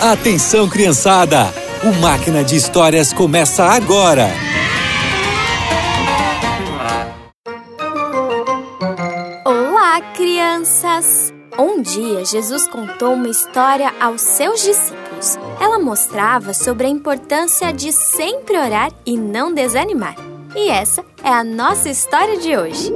Atenção, criançada! O Máquina de Histórias começa agora! Olá, crianças! Um dia, Jesus contou uma história aos seus discípulos. Ela mostrava sobre a importância de sempre orar e não desanimar. E essa é a nossa história de hoje.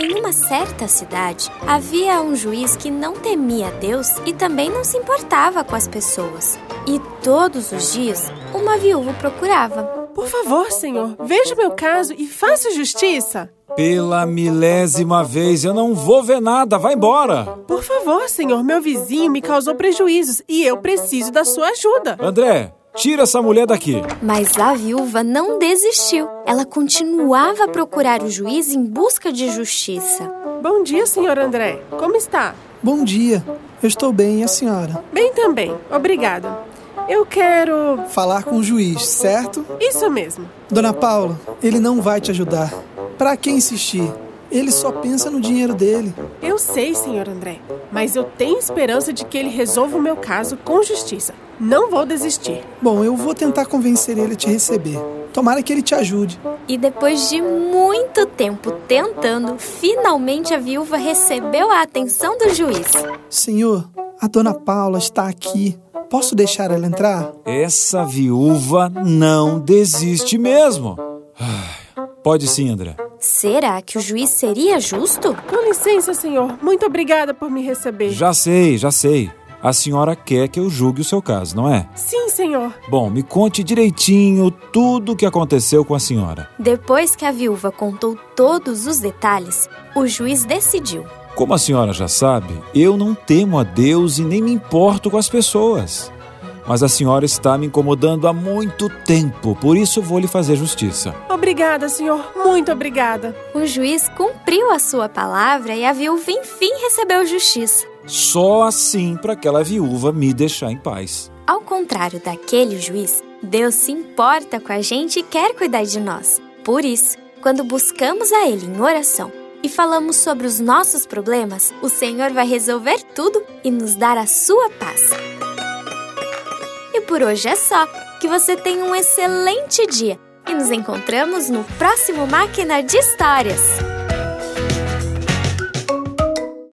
Em uma certa cidade, havia um juiz que não temia Deus e também não se importava com as pessoas. E todos os dias, uma viúva o procurava. Por favor, senhor, veja o meu caso e faça justiça. Pela milésima vez, eu não vou ver nada, vai embora! Por favor, senhor, meu vizinho me causou prejuízos e eu preciso da sua ajuda. André, tira essa mulher daqui! Mas a viúva não desistiu. Ela continuava a procurar o juiz em busca de justiça. Bom dia, senhor André. Como está? Bom dia, eu estou bem e a senhora? Bem também, obrigada. Eu quero. Falar com o juiz, certo? Isso mesmo. Dona Paula, ele não vai te ajudar. Pra que insistir? Ele só pensa no dinheiro dele. Eu sei, senhor André, mas eu tenho esperança de que ele resolva o meu caso com justiça. Não vou desistir. Bom, eu vou tentar convencer ele a te receber. Tomara que ele te ajude. E depois de muito tempo tentando, finalmente a viúva recebeu a atenção do juiz. Senhor, a dona Paula está aqui. Posso deixar ela entrar? Essa viúva não desiste mesmo! Ai, Pode sim, André. Será que o juiz seria justo? Com licença, senhor. Muito obrigada por me receber. Já sei, já sei. A senhora quer que eu julgue o seu caso, não é? Sim, senhor. Bom, me conte direitinho tudo o que aconteceu com a senhora. Depois que a viúva contou todos os detalhes, o juiz decidiu. Como a senhora já sabe, eu não temo a Deus e nem me importo com as pessoas. Mas a senhora está me incomodando há muito tempo, por isso vou lhe fazer justiça. Obrigada, senhor. Muito obrigada. O juiz cumpriu a sua palavra e a viúva enfim recebeu justiça. Só assim para aquela viúva me deixar em paz. Ao contrário daquele juiz, Deus se importa com a gente e quer cuidar de nós. Por isso, quando buscamos a Ele em oração e falamos sobre os nossos problemas, o Senhor vai resolver tudo e nos dar a sua paz. E por hoje é só. Que você tenha um excelente dia e nos encontramos no próximo Máquina de Histórias.